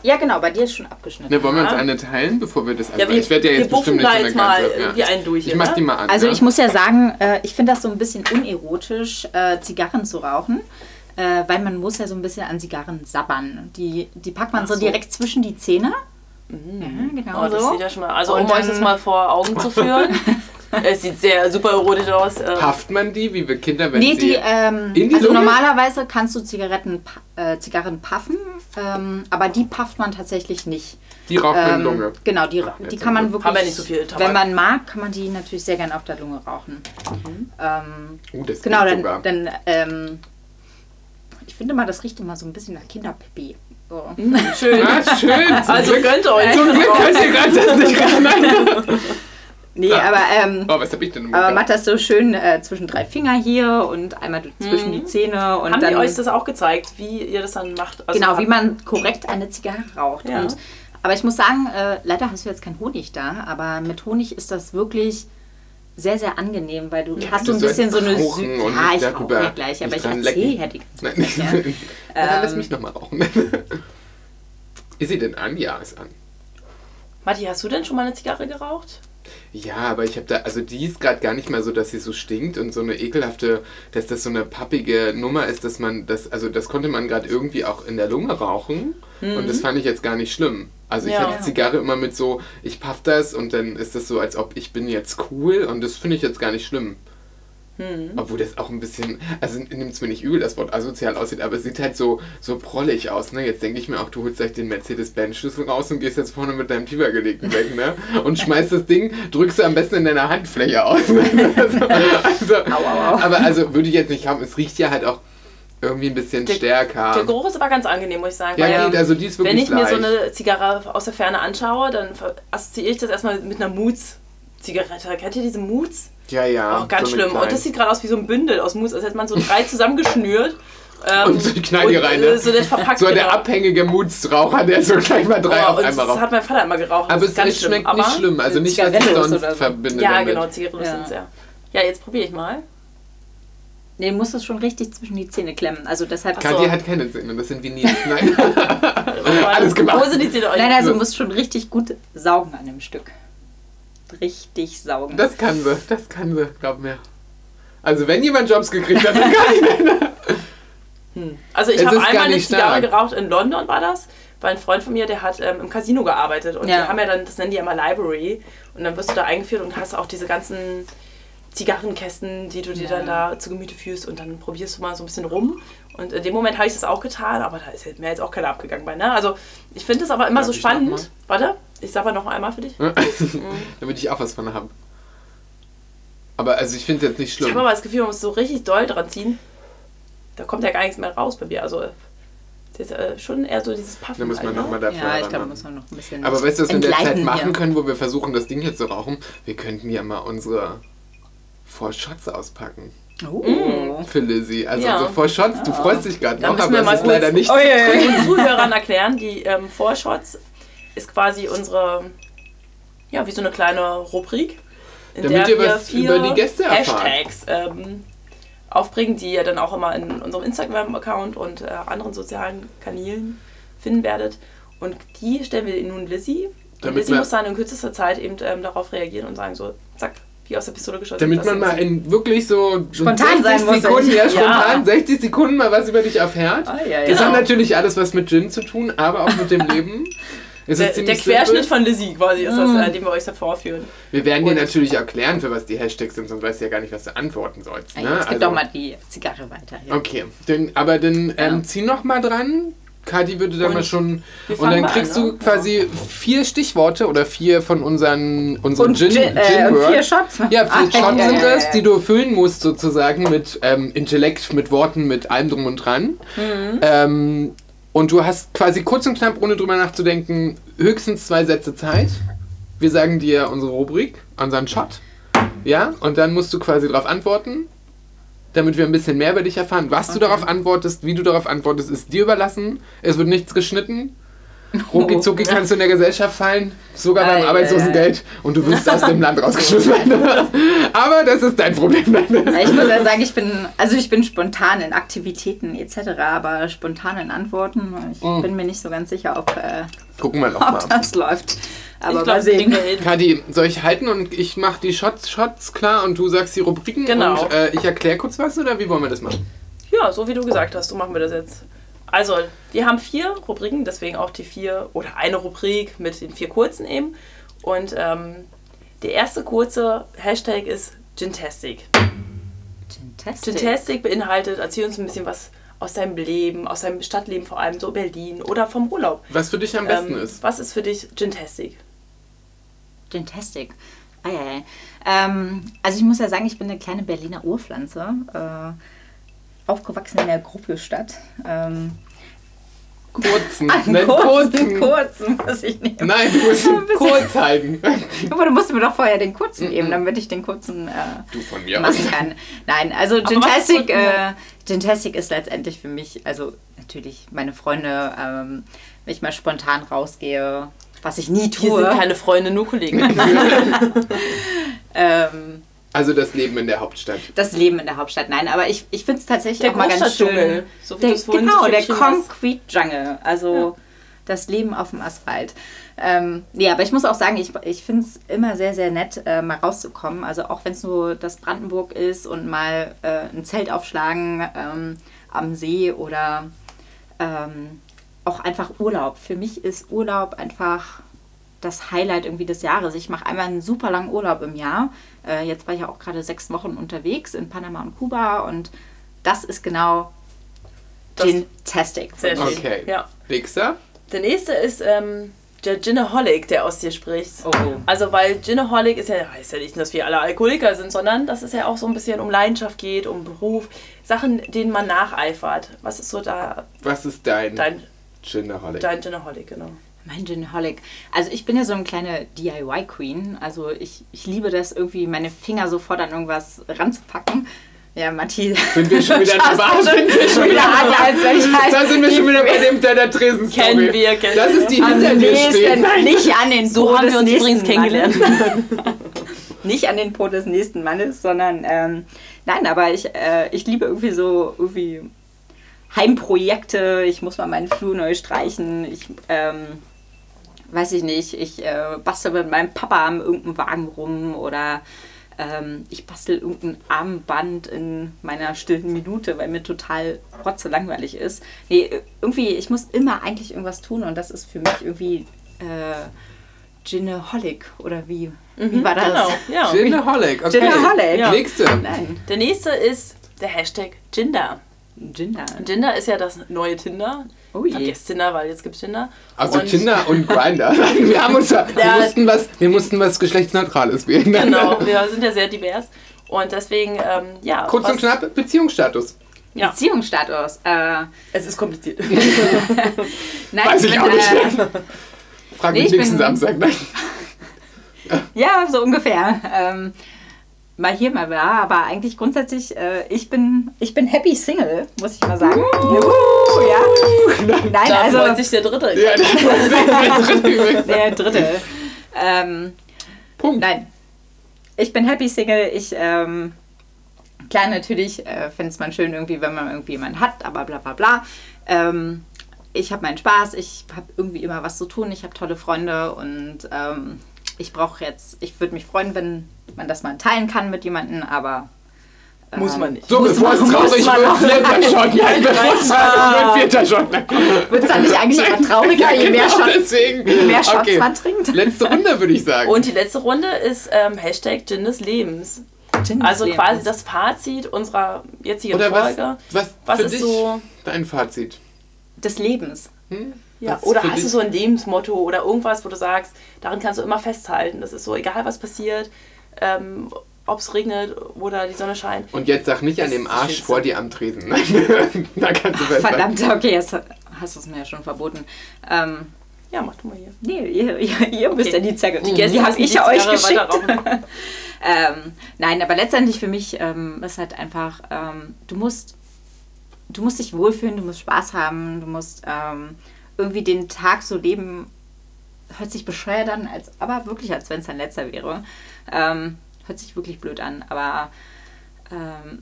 Speaker 4: Ja, genau, bei dir ist schon abgeschnitten.
Speaker 3: Ne, wollen wir uns
Speaker 2: Ja.
Speaker 3: eine teilen, bevor wir das
Speaker 2: Ja, wir,
Speaker 3: ich werde ja jetzt
Speaker 2: wir buffen
Speaker 3: bestimmt nicht
Speaker 2: da
Speaker 3: so eine
Speaker 2: jetzt mal
Speaker 3: ganze-
Speaker 2: irgendwie ne? einen durch.
Speaker 3: Ich mach
Speaker 2: oder?
Speaker 3: die mal an.
Speaker 4: Also
Speaker 3: ja?
Speaker 4: ich muss ja sagen, äh, ich finde das so ein bisschen unerotisch, äh, Zigarren zu rauchen. Äh, weil man muss ja so ein bisschen an Zigarren sabbern. Die, die packt man so,
Speaker 2: so.
Speaker 4: direkt zwischen die Zähne. Ja, genau
Speaker 2: Oh, das
Speaker 4: so.
Speaker 2: sieht ja schon mal. Also,
Speaker 4: Und
Speaker 2: um euch das
Speaker 4: dann-
Speaker 2: mal vor Augen zu führen. es sieht sehr super erotisch aus. ähm,
Speaker 3: Haft man die, wie wir Kinder, wenn
Speaker 4: Nee,
Speaker 3: sie...
Speaker 4: die, ähm,
Speaker 3: In die
Speaker 4: also
Speaker 3: Lunge?
Speaker 4: normalerweise kannst du Zigaretten, pa- äh, Zigarren puffen, ähm, aber die pafft man tatsächlich nicht.
Speaker 3: die raucht man
Speaker 4: Ähm,
Speaker 3: Lunge.
Speaker 4: Genau, die,
Speaker 3: jetzt
Speaker 4: die kann man
Speaker 3: haben
Speaker 4: wirklich.
Speaker 2: wir nicht so viel Tabak.
Speaker 4: Wenn man mag, kann man die natürlich sehr gerne auf der Lunge rauchen.
Speaker 3: Mhm.
Speaker 4: Ähm,
Speaker 3: Oh, das
Speaker 4: genau,
Speaker 3: geht
Speaker 4: dann,
Speaker 3: sogar.
Speaker 4: dann ähm, ich finde mal, das riecht immer so ein bisschen nach Kinderpipi. So.
Speaker 2: Schön.
Speaker 3: Ah, schön.
Speaker 2: Also, gönnt euch.
Speaker 4: Äh,
Speaker 3: Zum
Speaker 4: oh.
Speaker 3: Glück könnt ihr gerade das nicht rausschneiden.
Speaker 4: Nee, aber, ähm,
Speaker 3: Oh, was hab ich denn im Mund?
Speaker 4: aber macht das so schön äh, zwischen drei Finger hier und einmal zwischen die Zähne und
Speaker 2: Mhm. Haben
Speaker 4: dann.
Speaker 2: die euch das auch gezeigt, wie ihr das dann macht? Also
Speaker 4: genau, wie man korrekt eine Zigarre raucht.
Speaker 2: Ja.
Speaker 4: Und, aber ich muss sagen, äh, leider hast du jetzt keinen Honig da, aber mit Honig ist das wirklich sehr, sehr angenehm, weil du hast
Speaker 3: du
Speaker 4: so ein bisschen so
Speaker 3: sollst
Speaker 4: eine...
Speaker 3: rauchen
Speaker 4: Sü-
Speaker 3: und
Speaker 4: ja,
Speaker 3: nicht
Speaker 4: ich
Speaker 3: darüber
Speaker 4: rauche ja gleich, aber
Speaker 3: nicht
Speaker 4: ich
Speaker 3: dran
Speaker 4: erzähle
Speaker 3: lecken.
Speaker 4: ja die ganze
Speaker 3: Nein.
Speaker 4: Zeit. Ja. Ähm.
Speaker 3: Dann lass mich nochmal rauchen. Ist sie denn an? Ja, ist an.
Speaker 2: Matti, hast du denn schon mal eine Zigarre geraucht?
Speaker 3: Ja, aber ich habe da, also die ist gerade gar nicht mal so, dass sie so stinkt und so eine ekelhafte, dass das so eine pappige Nummer ist, dass man das, also das konnte man gerade irgendwie auch in der Lunge rauchen und das fand ich jetzt gar nicht schlimm. Also ich
Speaker 2: Ja.
Speaker 3: hatte Zigarre immer mit so, ich paff das und dann ist das so, als ob ich bin jetzt cool und das finde ich jetzt gar nicht schlimm. Obwohl das auch ein bisschen, also nimmt's mir nicht übel, das Wort asozial aussieht, aber es sieht halt so, so prollig aus, ne? Jetzt denke ich mir auch, du holst gleich den Mercedes-Benz-Schlüssel raus und gehst jetzt vorne mit deinem Tiber gelegten weg, ne? Und schmeißt das Ding, drückst du am besten in deiner Handfläche aus. also, also, Aber also würde ich jetzt nicht haben, es riecht ja halt auch irgendwie ein bisschen
Speaker 2: Der-
Speaker 3: stärker.
Speaker 2: Der Geruch ist aber ganz angenehm, muss ich sagen.
Speaker 3: Ähm, ja,
Speaker 2: weil,
Speaker 3: geht,
Speaker 2: ähm,
Speaker 3: also die ist wirklich
Speaker 2: Wenn ich mir
Speaker 3: leicht.
Speaker 2: so eine Zigarre aus der Ferne anschaue, dann ver- assoziiere ich das erstmal mit einer Moods-Zigarette. Kennt ihr diese Moods?
Speaker 3: ja, ja.
Speaker 2: Auch ganz
Speaker 3: so eine
Speaker 2: schlimm. Und
Speaker 3: kleine.
Speaker 2: das sieht gerade aus wie so ein Bündel aus Moods, als hätte man so drei zusammengeschnürt. Ähm,
Speaker 3: Und so knall die
Speaker 2: und,
Speaker 3: rein,
Speaker 2: äh,
Speaker 3: ne?
Speaker 2: So das verpackt
Speaker 3: so
Speaker 2: genau.
Speaker 3: der abhängige Mutsraucher, der so gleich mal drei
Speaker 2: Oh,
Speaker 3: auf
Speaker 2: und
Speaker 3: einmal
Speaker 2: das
Speaker 3: raucht.
Speaker 2: hat mein Vater immer geraucht.
Speaker 3: Aber
Speaker 2: das
Speaker 3: es
Speaker 2: ist ganz
Speaker 3: schmeckt
Speaker 2: schlimm. Aber
Speaker 3: nicht schlimm. Also
Speaker 4: eine
Speaker 3: nicht, was ich
Speaker 4: Zigarette ist
Speaker 3: sonst
Speaker 4: oder so.
Speaker 3: verbinde
Speaker 2: Ja,
Speaker 3: damit.
Speaker 2: genau, Zigarren
Speaker 4: Ja.
Speaker 2: sind ja. Ja, jetzt probiere ich mal.
Speaker 4: Nee, du musst es schon richtig zwischen die Zähne klemmen. Also deshalb.
Speaker 2: Ach so.
Speaker 3: Kathi hat keine Zähne, das sind Vinyls. Nein. Alles
Speaker 2: Wo
Speaker 3: gemacht.
Speaker 2: sind die Zähne? Oh,
Speaker 4: Nein,
Speaker 2: ja.
Speaker 4: also du musst schon richtig gut saugen an dem Stück. Richtig saugen.
Speaker 3: Das kann sie, das kann sie, glaub mir. Also wenn jemand Jobs gekriegt hat, dann kann ich nicht.
Speaker 2: Also
Speaker 3: Es
Speaker 2: ich habe
Speaker 3: ist gar
Speaker 2: einmal eine
Speaker 3: nicht
Speaker 2: Zigarre
Speaker 3: stark.
Speaker 2: geraucht in London war das, weil ein Freund von mir, der hat ähm, im Casino gearbeitet und
Speaker 4: Ja.
Speaker 2: die haben ja dann, das nennen die ja immer Library und dann wirst du da eingeführt und hast auch diese ganzen Zigarrenkästen, die du dir dann da zu Gemüte führst und dann probierst du mal so ein bisschen rum. Und in dem Moment habe ich das auch getan, aber da ist mir jetzt auch keiner abgegangen bei. Ne? Also ich finde das aber immer
Speaker 3: Darf
Speaker 2: so
Speaker 3: ich noch
Speaker 2: spannend. Warte, ich sag mal noch einmal für dich.
Speaker 3: Damit ich auch was von habe. Aber also ich finde es jetzt nicht
Speaker 2: Ich
Speaker 3: schlimm.
Speaker 2: habe aber das Gefühl, man muss so richtig doll dran ziehen. Da kommt ja gar nichts mehr raus bei mir. Also das ist äh, schon eher so dieses Puffen.
Speaker 3: Dann muss man
Speaker 2: halt, ne?
Speaker 3: nochmal dafür
Speaker 4: ja, ich
Speaker 3: ran
Speaker 4: glaube,
Speaker 3: haben.
Speaker 4: muss man noch ein bisschen.
Speaker 3: Aber weißt du, was wir in der Zeit
Speaker 4: entgleiten hier.
Speaker 3: machen können, wo wir versuchen, das Ding hier zu rauchen? Wir könnten ja mal unsere Four Shots auspacken.
Speaker 4: Oh.
Speaker 3: Für Lizzie. Also
Speaker 2: Ja.
Speaker 3: unsere Four Shots, du freust dich gerade
Speaker 2: Da
Speaker 3: noch,
Speaker 2: müssen
Speaker 3: aber
Speaker 2: wir mal
Speaker 3: es ist
Speaker 2: kurz-
Speaker 3: leider nicht.
Speaker 4: Oh, ja, ja, ja.
Speaker 2: den Zuhörern erklären, die ähm, Vorshots ist quasi unsere, ja, wie so eine kleine Rubrik, in
Speaker 3: Damit
Speaker 2: der
Speaker 3: ihr
Speaker 2: wir
Speaker 3: was
Speaker 2: vier
Speaker 3: über die Gäste erfahrt.
Speaker 2: Hashtags ähm, aufbringen, die ihr dann auch immer in unserem Instagram-Account und äh, anderen sozialen Kanälen finden werdet. Und die stellen wir nun Lizzie. Und
Speaker 3: Damit
Speaker 2: Lizzie
Speaker 3: man-
Speaker 2: muss dann in kürzester Zeit eben ähm, darauf reagieren und sagen so, zack, wie aus der Pistole geschossen.
Speaker 3: Damit
Speaker 2: das
Speaker 3: man
Speaker 2: ist-
Speaker 3: mal in wirklich so
Speaker 4: Spontan sein muss,
Speaker 3: Sekunden,
Speaker 4: eigentlich.
Speaker 3: ja,
Speaker 4: Ja.
Speaker 3: spontan 60 Sekunden mal was über dich erfährt.
Speaker 4: Ah, ja, ja.
Speaker 3: Das hat
Speaker 2: Genau.
Speaker 3: natürlich alles was mit Gin zu tun, aber auch mit dem Leben. Es
Speaker 2: der,
Speaker 3: ist
Speaker 2: der
Speaker 3: ziemlich
Speaker 2: Querschnitt
Speaker 3: simpel.
Speaker 2: von Lizzie quasi ist das,
Speaker 4: Mm.
Speaker 2: äh, den wir euch da vorführen.
Speaker 3: Wir werden dir
Speaker 2: Und-
Speaker 3: natürlich erklären, für was die Hashtags sind, sonst weißt du ja gar nicht, was du antworten sollst. Ne?
Speaker 4: Ey, Jetzt gib
Speaker 3: Also-
Speaker 4: doch mal die Zigarre weiter. Ja.
Speaker 3: Okay, denn, aber dann ähm, zieh noch mal dran. Kati würde dann
Speaker 2: Und
Speaker 3: mal schon.
Speaker 2: wir
Speaker 3: Und
Speaker 2: fangen
Speaker 3: dann
Speaker 2: mal
Speaker 3: kriegst
Speaker 2: an,
Speaker 3: du
Speaker 2: ne?
Speaker 3: quasi vier Stichworte oder vier von unseren, unseren
Speaker 4: Und
Speaker 3: Gin,
Speaker 4: Gin- äh,
Speaker 3: Gin
Speaker 4: und
Speaker 3: Word.
Speaker 4: vier Shots.
Speaker 3: Ja, vier
Speaker 4: Ah,
Speaker 3: Shots sind
Speaker 4: ja, ja,
Speaker 3: das,
Speaker 4: ja.
Speaker 3: die du füllen musst sozusagen mit ähm, Intellekt, mit Worten, mit allem drum und dran.
Speaker 4: Mhm.
Speaker 3: Ähm, und du hast quasi kurz und knapp, ohne drüber nachzudenken, höchstens zwei Sätze Zeit. Wir sagen dir unsere Rubrik, unseren Shot. Ja, und dann musst du quasi darauf antworten, damit wir ein bisschen mehr über dich erfahren. Was du darauf antwortest, wie du darauf antwortest, ist dir überlassen. Es wird nichts geschnitten. Rucki zucki kannst du in der Gesellschaft fallen, sogar
Speaker 4: Ei,
Speaker 3: beim
Speaker 4: ei,
Speaker 3: Arbeitslosengeld und du wirst aus dem Land rausgeschmissen werden. Aber das ist dein Problem.
Speaker 4: Ja, Ich muss ja sagen, ich bin, also ich bin spontan in Aktivitäten etc., aber spontan in Antworten. Ich
Speaker 3: Mhm.
Speaker 4: bin mir nicht so ganz sicher, ob, äh,
Speaker 3: Gucken wir noch mal.
Speaker 4: ob das läuft. Aber
Speaker 2: ich
Speaker 4: mal
Speaker 2: glaube,
Speaker 4: sehen.
Speaker 3: Kadi, soll ich halten und ich mache die Shots, Shots klar und du sagst die Rubriken
Speaker 2: Genau.
Speaker 3: und äh, ich erkläre kurz was oder wie wollen wir das machen?
Speaker 2: Ja, so wie du gesagt hast, so machen wir das jetzt. Also, wir haben vier Rubriken, deswegen auch die vier oder eine Rubrik mit den vier kurzen eben. Und ähm, der erste kurze Hashtag ist Gintastic.
Speaker 4: Gintastic.
Speaker 2: Gintastic beinhaltet, erzähl uns ein bisschen was aus deinem Leben, aus deinem Stadtleben, vor allem so Berlin oder vom Urlaub.
Speaker 3: Was für dich am besten
Speaker 2: Ähm,
Speaker 3: ist.
Speaker 2: was ist für dich Gintastic?
Speaker 4: Gintastic. Ei, ei, ei. Ähm, also ich muss ja sagen, ich bin eine kleine Berliner Urpflanze. Äh, aufgewachsen in der Gruppelstadt. Ähm,
Speaker 3: Kurzen.
Speaker 4: Nein,
Speaker 3: Nein,
Speaker 4: kurzen,
Speaker 3: kurzen.
Speaker 4: kurzen muss ich nehmen.
Speaker 3: Nein, du musst ihn
Speaker 4: bisschen-
Speaker 3: kurz halten.
Speaker 4: Aber du musst mir doch vorher den kurzen geben, damit ich den kurzen äh,
Speaker 3: Mhm. Du von mir aus.
Speaker 4: machen kann. Nein, also
Speaker 2: was ist
Speaker 4: Gintastic,
Speaker 2: kurz,
Speaker 4: äh, Gintastic ist letztendlich für mich, also natürlich meine Freunde, ähm, wenn ich mal spontan rausgehe, was ich nie
Speaker 2: Hier sind
Speaker 4: tue.
Speaker 2: keine Freunde, nur Kollegen.
Speaker 4: Ähm,
Speaker 3: Also das Leben in der Hauptstadt.
Speaker 4: das Leben in der Hauptstadt. Nein, aber ich, ich finde es tatsächlich
Speaker 2: Der
Speaker 4: auch mal ganz schön.
Speaker 2: Großstadtdschungel, so wie du
Speaker 4: der,
Speaker 2: es vorhin so
Speaker 4: genau,
Speaker 2: schön
Speaker 4: der
Speaker 2: beschrieben hast.
Speaker 4: Concrete Jungle. Also Das Leben auf dem Asphalt. Ähm, nee, aber ich muss auch sagen, ich, ich finde es immer sehr, sehr nett, äh, mal rauszukommen. Also auch wenn es nur das Brandenburg ist und mal äh, ein Zelt aufschlagen ähm, am See oder ähm, auch einfach Urlaub. Für mich ist Urlaub einfach das Highlight irgendwie des Jahres. Ich mache einmal einen super langen Urlaub im Jahr. Äh, jetzt war ich ja auch gerade sechs Wochen unterwegs in Panama und Kuba und das ist genau
Speaker 2: Das-
Speaker 4: Gin-Tastic.
Speaker 2: Sehr schön.
Speaker 3: Okay.
Speaker 2: Ja.
Speaker 3: Nächster.
Speaker 2: Der nächste ist ähm, der Ginaholic, der aus dir spricht.
Speaker 4: Oh.
Speaker 2: Also, weil Ginaholic ist ja, heißt ja nicht, dass wir alle Alkoholiker sind, sondern dass es ja auch so ein bisschen um Leidenschaft geht, um Beruf, Sachen, denen man nacheifert. Was ist so da
Speaker 3: Was ist dein, dein
Speaker 2: dein,
Speaker 3: Ginaholic?
Speaker 2: dein Ginaholic, genau?
Speaker 4: Mein Gin-Holic. Also ich bin ja so eine kleine DIY-Queen. Also ich, ich liebe das irgendwie, meine Finger sofort an irgendwas ranzupacken. Ja, Matthias.
Speaker 3: Sind wir schon wieder
Speaker 4: Schaust
Speaker 3: dabei?
Speaker 4: du
Speaker 3: Sind wir schon wieder
Speaker 4: an, als wenn ich halt
Speaker 3: Da sind wir schon wieder bei dem deiner Tresen
Speaker 2: Kennen wir, kennen
Speaker 3: Das ist die
Speaker 4: am
Speaker 3: hinter dir
Speaker 4: nächsten,
Speaker 3: steht.
Speaker 4: nicht an den
Speaker 2: So
Speaker 4: Po
Speaker 2: haben
Speaker 4: des
Speaker 2: wir uns
Speaker 4: nächsten
Speaker 2: übrigens kennengelernt.
Speaker 4: Mannes. nicht an den Po des nächsten Mannes, sondern ähm, nein, aber ich, äh, ich liebe irgendwie so irgendwie Heimprojekte. Ich muss mal meinen Flur neu streichen. Ich ähm, weiß ich nicht. Ich äh, bastel mit meinem Papa am irgendeinem Wagen rum oder ähm, ich bastel irgendein Armband in meiner stillen Minute, weil mir total rotze langweilig ist. Nee, äh, irgendwie, ich muss immer eigentlich irgendwas tun und das ist für mich irgendwie äh, Ginaholic oder wie, wie war das?
Speaker 2: Genau, ja.
Speaker 3: Ginaholic. Okay.
Speaker 4: Ginaholic.
Speaker 2: Ja.
Speaker 3: genau. Nächste.
Speaker 4: Nein,
Speaker 2: Der nächste ist der Hashtag Ginder.
Speaker 4: Ginder.
Speaker 2: Tinder ist ja das neue Tinder.
Speaker 4: Oh je.
Speaker 2: Vergesst Tinder, weil jetzt gibt's Tinder.
Speaker 3: Also
Speaker 2: Und-
Speaker 3: Tinder und Grinder. Wir haben uns da, wir
Speaker 2: Ja.
Speaker 3: mussten was, wir mussten was geschlechtsneutrales wählen.
Speaker 2: Genau, wir sind ja sehr divers. Und deswegen, ähm, ja.
Speaker 3: Kurz und
Speaker 2: was-
Speaker 3: knapp Beziehungsstatus.
Speaker 2: Ja.
Speaker 4: Beziehungsstatus. Äh,
Speaker 2: Es ist kompliziert.
Speaker 4: nein,
Speaker 3: Weiß ich auch
Speaker 4: äh,
Speaker 3: nicht. Frag
Speaker 4: nee,
Speaker 3: mich
Speaker 4: ich
Speaker 3: nächsten
Speaker 4: bin-
Speaker 3: Samstag. ne? Nein.
Speaker 4: Ja, so ungefähr. Ähm, mal hier, mal da, aber eigentlich grundsätzlich, äh, ich, bin, ich bin happy single, muss ich mal sagen.
Speaker 3: Uh.
Speaker 4: Juhu, ja. Nein,
Speaker 2: Da also, freut
Speaker 4: also
Speaker 2: sich der Dritte.
Speaker 3: Ja, das ist der dritte übrigens.
Speaker 4: der dritte. Ähm,
Speaker 3: Punkt.
Speaker 4: nein, ich bin happy single. Ich, ähm, klar, natürlich äh, fände es man schön irgendwie, wenn man irgendwie jemanden hat, aber bla bla bla. Ähm, ich habe meinen Spaß, ich habe irgendwie immer was zu tun, ich habe tolle Freunde und ähm, ich brauche jetzt, ich würde mich freuen, wenn man das mal teilen kann mit jemandem, aber ähm,
Speaker 2: Muss man nicht.
Speaker 3: So, bevor es traurig
Speaker 4: man
Speaker 3: wird,
Speaker 4: noch-
Speaker 3: vierter Shot. Nein, bevor es
Speaker 2: ah.
Speaker 3: traurig wird, vierter Shot. Nein.
Speaker 4: Wird es dann nicht eigentlich immer trauriger, je mehr
Speaker 3: genau
Speaker 4: Shots,
Speaker 3: deswegen.
Speaker 4: je mehr Shots
Speaker 3: Okay.
Speaker 4: man trinkt?
Speaker 3: Letzte Runde, würde ich sagen.
Speaker 2: Und die letzte Runde ist ähm, Hashtag Gin des Lebens.
Speaker 4: Gin des
Speaker 2: Also
Speaker 4: Lebens.
Speaker 2: quasi das Fazit unserer jetzigen
Speaker 3: Oder was,
Speaker 2: Folge.
Speaker 3: was,
Speaker 2: Was
Speaker 3: für
Speaker 2: ist
Speaker 3: dich
Speaker 2: so-
Speaker 3: dein Fazit?
Speaker 4: des Lebens.
Speaker 2: Ja,
Speaker 3: Was
Speaker 2: oder
Speaker 3: für
Speaker 2: hast du
Speaker 3: dich-
Speaker 2: so ein Lebensmotto oder irgendwas, wo du sagst, daran kannst du immer festhalten. Das ist so, egal was passiert, ähm, ob es regnet oder die Sonne scheint.
Speaker 3: Und jetzt sag nicht an
Speaker 2: Das
Speaker 3: dem
Speaker 2: ist
Speaker 3: Arsch
Speaker 2: Schütze.
Speaker 3: vor dir am Tresen. da kannst du besser.
Speaker 4: Verdammt, okay, jetzt hast du es mir ja schon verboten. Ähm,
Speaker 2: Ja, mach du mal hier.
Speaker 4: Nee, ihr, ihr, ihr müsst ja die Zerge. Die,
Speaker 2: Gäste eh
Speaker 4: die habe
Speaker 2: müssen
Speaker 4: ich
Speaker 2: die
Speaker 4: ja euch
Speaker 2: Zigarre
Speaker 4: geschickt.
Speaker 2: weiter rauchen.
Speaker 4: Ähm, nein, aber letztendlich für mich ähm, ist halt einfach, ähm, du musst, du musst dich wohlfühlen, du musst Spaß haben, du musst ähm, irgendwie den Tag so leben. Hört sich bescheuert an, als, aber wirklich, als wenn es dein letzter wäre. Ähm, hört sich wirklich blöd an, aber ähm,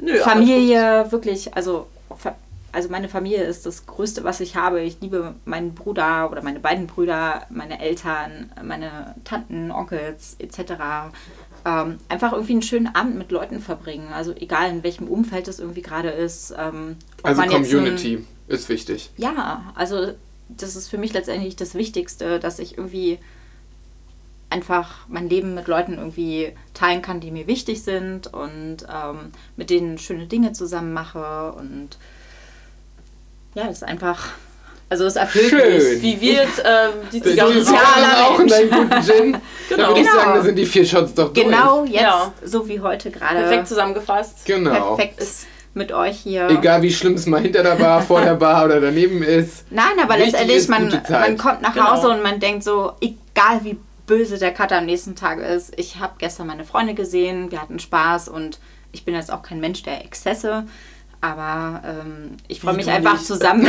Speaker 2: Nö, aber-
Speaker 4: Familie, wirklich, also, fa- also meine Familie ist das Größte, was ich habe. Ich liebe meinen Bruder oder meine beiden Brüder, meine Eltern, meine Tanten, Onkels etc. Ähm, einfach irgendwie einen schönen Abend mit Leuten verbringen. Also egal in welchem Umfeld es irgendwie gerade ist. Ähm, ob
Speaker 3: Also
Speaker 4: man jetzt nun-
Speaker 3: Community ist wichtig.
Speaker 4: ja, also das ist für mich letztendlich das Wichtigste, dass ich irgendwie einfach mein Leben mit Leuten irgendwie teilen kann, die mir wichtig sind und ähm, mit denen schöne Dinge zusammen mache und ja, das ist einfach, also es erfüllt
Speaker 3: Schön.
Speaker 4: mich.
Speaker 2: Wie wird ähm, die
Speaker 3: Wenn
Speaker 2: Zigarre
Speaker 3: du
Speaker 4: Sozial-
Speaker 2: rauchen?
Speaker 4: Sozialer
Speaker 3: rauchen deinen guten Gin, dann
Speaker 2: Genau.
Speaker 3: würde ich sagen,
Speaker 4: Genau.
Speaker 3: da sind die vier Shots doch durch.
Speaker 4: Genau jetzt,
Speaker 2: Ja.
Speaker 4: so wie heute gerade,
Speaker 2: Perfekt zusammengefasst.
Speaker 3: Genau.
Speaker 4: perfekt ist mit euch hier.
Speaker 3: Egal wie schlimm es mal hinter der Bar, vor der Bar oder daneben ist.
Speaker 4: Nein, aber
Speaker 3: Wichtig
Speaker 4: letztendlich,
Speaker 3: ist
Speaker 4: man,
Speaker 3: gute Zeit.
Speaker 4: man kommt nach
Speaker 2: Genau.
Speaker 4: Hause und man denkt so, egal wie böse der Kater am nächsten Tag ist, ich habe gestern meine Freunde gesehen, wir hatten Spaß und ich bin jetzt auch kein Mensch der Exzesse. Aber ähm, ich freue
Speaker 2: Wie
Speaker 4: mich
Speaker 2: du
Speaker 4: einfach
Speaker 2: nicht.
Speaker 4: zusammen.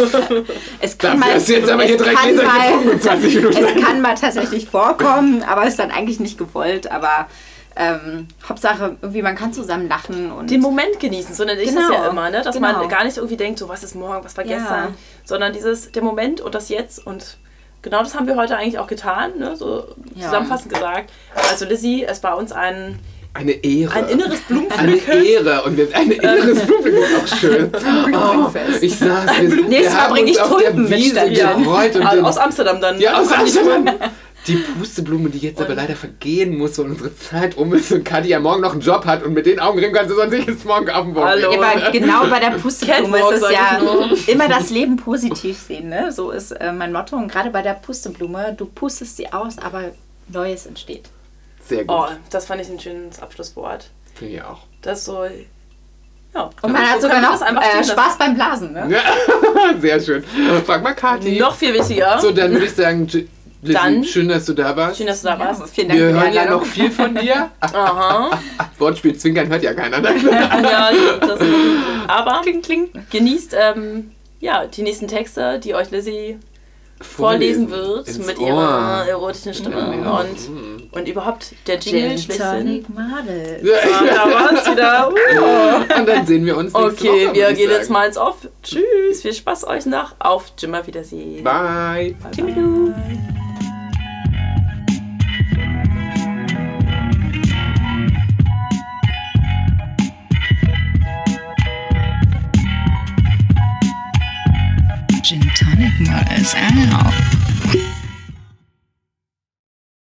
Speaker 4: es kann
Speaker 3: Dafür
Speaker 4: mal,
Speaker 3: hast du jetzt aber hier
Speaker 4: es,
Speaker 3: direkt
Speaker 4: kann
Speaker 3: Laser getrunken
Speaker 4: mal
Speaker 3: in 20 Minuten.
Speaker 4: es kann mal tatsächlich vorkommen, aber ist dann eigentlich nicht gewollt. Aber ähm, Hauptsache, irgendwie man kann zusammen lachen und
Speaker 2: den Moment genießen, sondern ich
Speaker 4: Genau,
Speaker 2: das ja immer, ne? dass
Speaker 4: genau.
Speaker 2: man gar nicht irgendwie denkt, so was ist morgen, was war
Speaker 4: Ja.
Speaker 2: gestern, sondern dieses der Moment und das Jetzt und genau das haben wir heute eigentlich auch getan, ne? so
Speaker 4: Ja.
Speaker 2: zusammenfassend gesagt. Also Lizzie, es war uns ein,
Speaker 3: Eine Ehre.
Speaker 2: ein inneres
Speaker 3: Eine
Speaker 2: Blumenpflücken.
Speaker 3: Ehre und wir ein inneres Publikum auch schön. Oh, ich saß, wir, wir
Speaker 4: Nächstes Mal
Speaker 3: haben
Speaker 4: bringe
Speaker 3: uns
Speaker 4: ich
Speaker 3: auf der
Speaker 4: Tulpen mit,
Speaker 3: Wiese
Speaker 4: Stefan.
Speaker 3: gefreut und
Speaker 2: Ah,
Speaker 3: den,
Speaker 2: aus Amsterdam dann.
Speaker 3: ja,
Speaker 2: ne?
Speaker 3: aus Amsterdam. Die Pusteblume, die jetzt aber leider vergehen muss, weil unsere Zeit um ist und Kathi ja morgen noch einen Job hat und mit den Augenringen kannst du sonst nicht ins Morgen auf dem
Speaker 2: Hallo.
Speaker 4: Ja, aber genau bei der Pusteblume
Speaker 2: Catwalk,
Speaker 4: ist es
Speaker 2: sag
Speaker 4: ja
Speaker 2: ich nur.
Speaker 4: immer das Leben positiv sehen. Ne? So ist äh, mein Motto. Und gerade bei der Pusteblume, du pustest sie aus, aber Neues entsteht.
Speaker 3: Sehr gut.
Speaker 2: Oh, das fand ich ein schönes Abschlusswort.
Speaker 3: Finde ich auch.
Speaker 2: Das ist so, ja.
Speaker 4: Und
Speaker 2: So
Speaker 4: man hat
Speaker 2: kann
Speaker 4: sogar
Speaker 2: man
Speaker 4: noch
Speaker 2: das einfach
Speaker 4: äh,
Speaker 2: stehen
Speaker 4: Spaß beim Blasen. Ne?
Speaker 3: Ja, sehr schön. Frag mal
Speaker 2: lassen.
Speaker 3: Kathi.
Speaker 2: Noch viel wichtiger.
Speaker 3: So, dann würde ich sagen, J- Lizzie,
Speaker 2: Dann-
Speaker 3: schön, dass du da warst.
Speaker 2: Schön, dass du da warst.
Speaker 4: vielen
Speaker 3: wir
Speaker 4: für die
Speaker 3: hören ja
Speaker 4: Einladung.
Speaker 3: noch viel von dir. Ach,
Speaker 2: Aha.
Speaker 3: Wortspiel zwinkern hört ja keiner. Ne?
Speaker 2: Ja, das Aber genießt ähm, ja, die nächsten Texte, die euch Lizzie vorlesen wird
Speaker 3: Ins
Speaker 2: mit
Speaker 3: Ohr.
Speaker 2: ihrer erotischen Stimme.
Speaker 3: Ja. genau.
Speaker 2: Und, und überhaupt der Jingle
Speaker 4: Gin
Speaker 2: schlechthin.
Speaker 4: Tonic Model.
Speaker 2: Ah,
Speaker 3: Ja.
Speaker 2: Da war's wieder. Uh.
Speaker 3: Und dann sehen wir uns nächste
Speaker 2: Okay,
Speaker 3: Woche,
Speaker 2: wir
Speaker 3: würd ich
Speaker 2: gehen jetzt
Speaker 3: sagen.
Speaker 2: mal ins Off. Tschüss, viel Spaß euch noch. Auf Jimmer Wiedersehen.
Speaker 3: Bye.
Speaker 2: Tschüss.
Speaker 1: ah. Gin tonic waters out.